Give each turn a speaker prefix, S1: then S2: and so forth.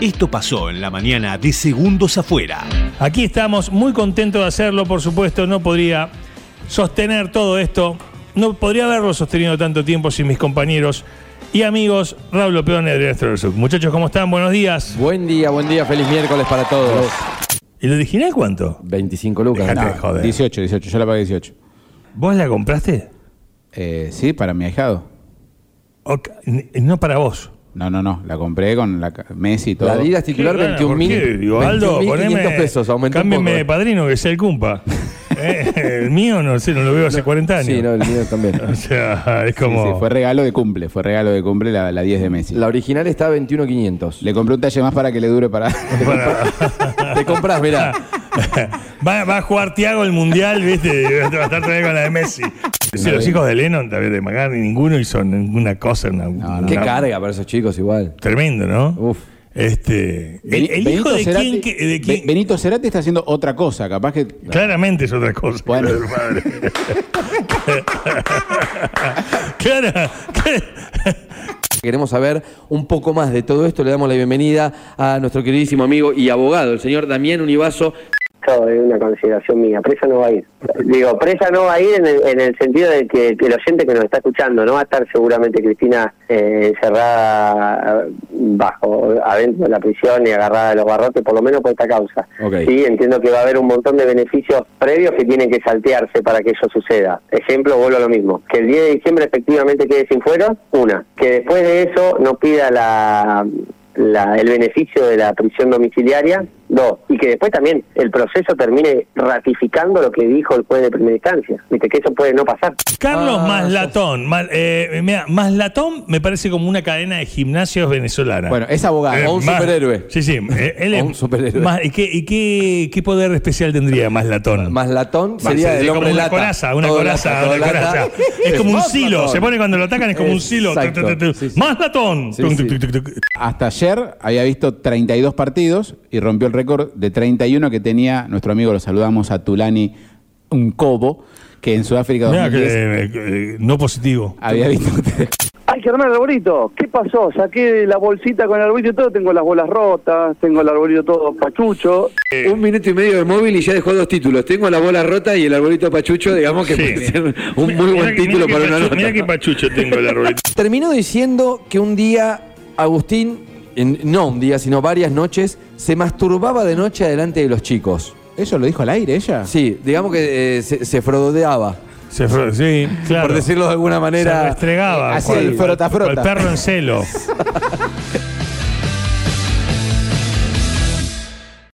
S1: Esto pasó en la mañana de Segundos Afuera.
S2: Aquí estamos, muy contentos de hacerlo, por supuesto, no podría sostener todo esto, no podría haberlo sostenido tanto tiempo sin mis compañeros y amigos Raúl Opeón y Adrián Stroversuk. Muchachos, ¿cómo están? Buenos días.
S3: Buen día, buen día, feliz miércoles para todos.
S2: ¿El original cuánto?
S3: 25 lucas.
S2: Dejate de joder.
S3: 18, 18, yo la pagué 18.
S2: ¿Vos la compraste?
S3: Eh, sí, para mi ahijado.
S2: O ca- n- no para vos.
S3: No, no, no, la compré con la ca- Messi y todo.
S4: La Adidas titular
S2: Qué gana, ¿por qué?
S4: 21.000
S2: Digo, Aldo,
S4: 21.500
S2: poneme-
S4: pesos, aumentó un
S2: cámbiame
S4: poco,
S2: de
S4: eh.
S2: padrino que sea el cumpa. Eh, el mío no sé, no lo veo hace 40 años.
S4: Sí, no, el mío también.
S2: O sea, es
S3: Sí,
S2: como...
S3: sí, fue regalo de cumple, fue regalo de cumple la, la 10 de Messi.
S4: La original está a 21.500.
S3: Le compré un talle más para que le dure para...
S2: para-
S4: Te compras, mirá.
S2: va, va a jugar Tiago el mundial, ¿viste? Va a estar todavía con la de Messi. Sí, los hijos de Lennon, también de McCartney, ninguno hizo ninguna cosa. una- una-
S4: Qué carga para esos chicos igual.
S2: Tremendo, ¿no?
S4: Uf.
S2: Este, el, el
S3: Benito
S2: hijo de
S3: Cerati-
S2: quién, que- de quién-
S3: Be- Benito Cerati está haciendo otra cosa, capaz que...
S2: Claramente es otra cosa. que
S3: Bueno.
S2: lo del padre. Clara, clara.
S4: Queremos saber un poco más de todo esto. Le damos la bienvenida a nuestro queridísimo amigo y abogado, el señor Damián Univaso.
S5: Todo es una consideración mía. Presa no va a ir. Digo, presa no va a ir en el, en el sentido de que, que el oyente que nos está escuchando no va a estar seguramente Cristina eh, encerrada eh, bajo, adentro de la prisión y agarrada de los barrotes, por lo menos por esta causa.
S4: Ok.
S5: Sí, entiendo que va a haber un montón de beneficios previos que tienen que saltearse para que eso suceda. Ejemplo, vuelvo a lo mismo. Que el 10 de diciembre efectivamente quede sin fuero, una. Que después de eso no pida la la- el beneficio de la prisión domiciliaria, dos, y que después también el proceso termine ratificando lo que dijo el juez de primera instancia, viste que eso puede no pasar.
S2: Carlos
S4: Ah,
S2: Maslatón. Mal- eh, mira, Maslatón me parece como una cadena de gimnasios venezolana.
S3: Bueno, es abogado.
S2: Eh,
S4: o un
S2: Mas-
S4: superhéroe.
S2: Sí, sí. eh, Él es
S4: O un superhéroe.
S2: Mas- ¿Y, qué, y qué, qué poder especial tendría Maslatón?
S4: Más latón
S2: Va,
S4: sería el
S2: como
S4: hombre
S2: una
S4: lata.
S2: coraza, una
S4: Todo
S2: coraza,
S4: lata, todo
S2: una
S4: lata.
S2: coraza. Es como un
S4: Más
S2: silo,
S4: latón.
S2: se pone cuando lo atacan es como un silo.
S4: Exacto.
S2: Tu, tu, tu, tu.
S4: Sí, sí.
S2: Más latón.
S4: Sí,
S2: Tum,
S4: sí.
S2: tum, tum, tum, tum.
S3: Hasta ayer había visto 32 partidos y rompió el récord de 31 que tenía nuestro amigo, lo saludamos a Tulani Uncobo, que en Sudáfrica
S2: Mirá
S3: 2010
S2: que, eh, eh, no positivo.
S3: había visto...
S6: Hay que armar el arbolito. ¿Qué pasó? Saqué la bolsita con el arbolito y todo. Tengo las bolas rotas, tengo el arbolito todo pachucho.
S2: Eh,
S4: Un minuto y medio de móvil y ya dejó dos títulos. Tengo la bola rota y el arbolito pachucho, digamos que
S2: Sí.
S4: puede ser un
S2: Mirá-
S4: muy
S2: mirá
S4: buen
S2: que- mirá
S4: título
S2: que
S4: para una
S2: pachu-
S4: nota.
S2: Mirá que pachucho tengo el arbolito.
S4: Terminó diciendo que un día Agustín, en- no un día, sino varias noches, se masturbaba de noche adelante de los chicos.
S3: ¿Eso lo dijo al aire ella?
S4: Sí, digamos que eh, se, se frodeaba,
S2: Se fro- sí, claro.
S4: por decirlo de alguna
S2: Se
S4: manera. eh,
S2: restregaba.
S3: Así, frota, frota.
S2: El perro en celo.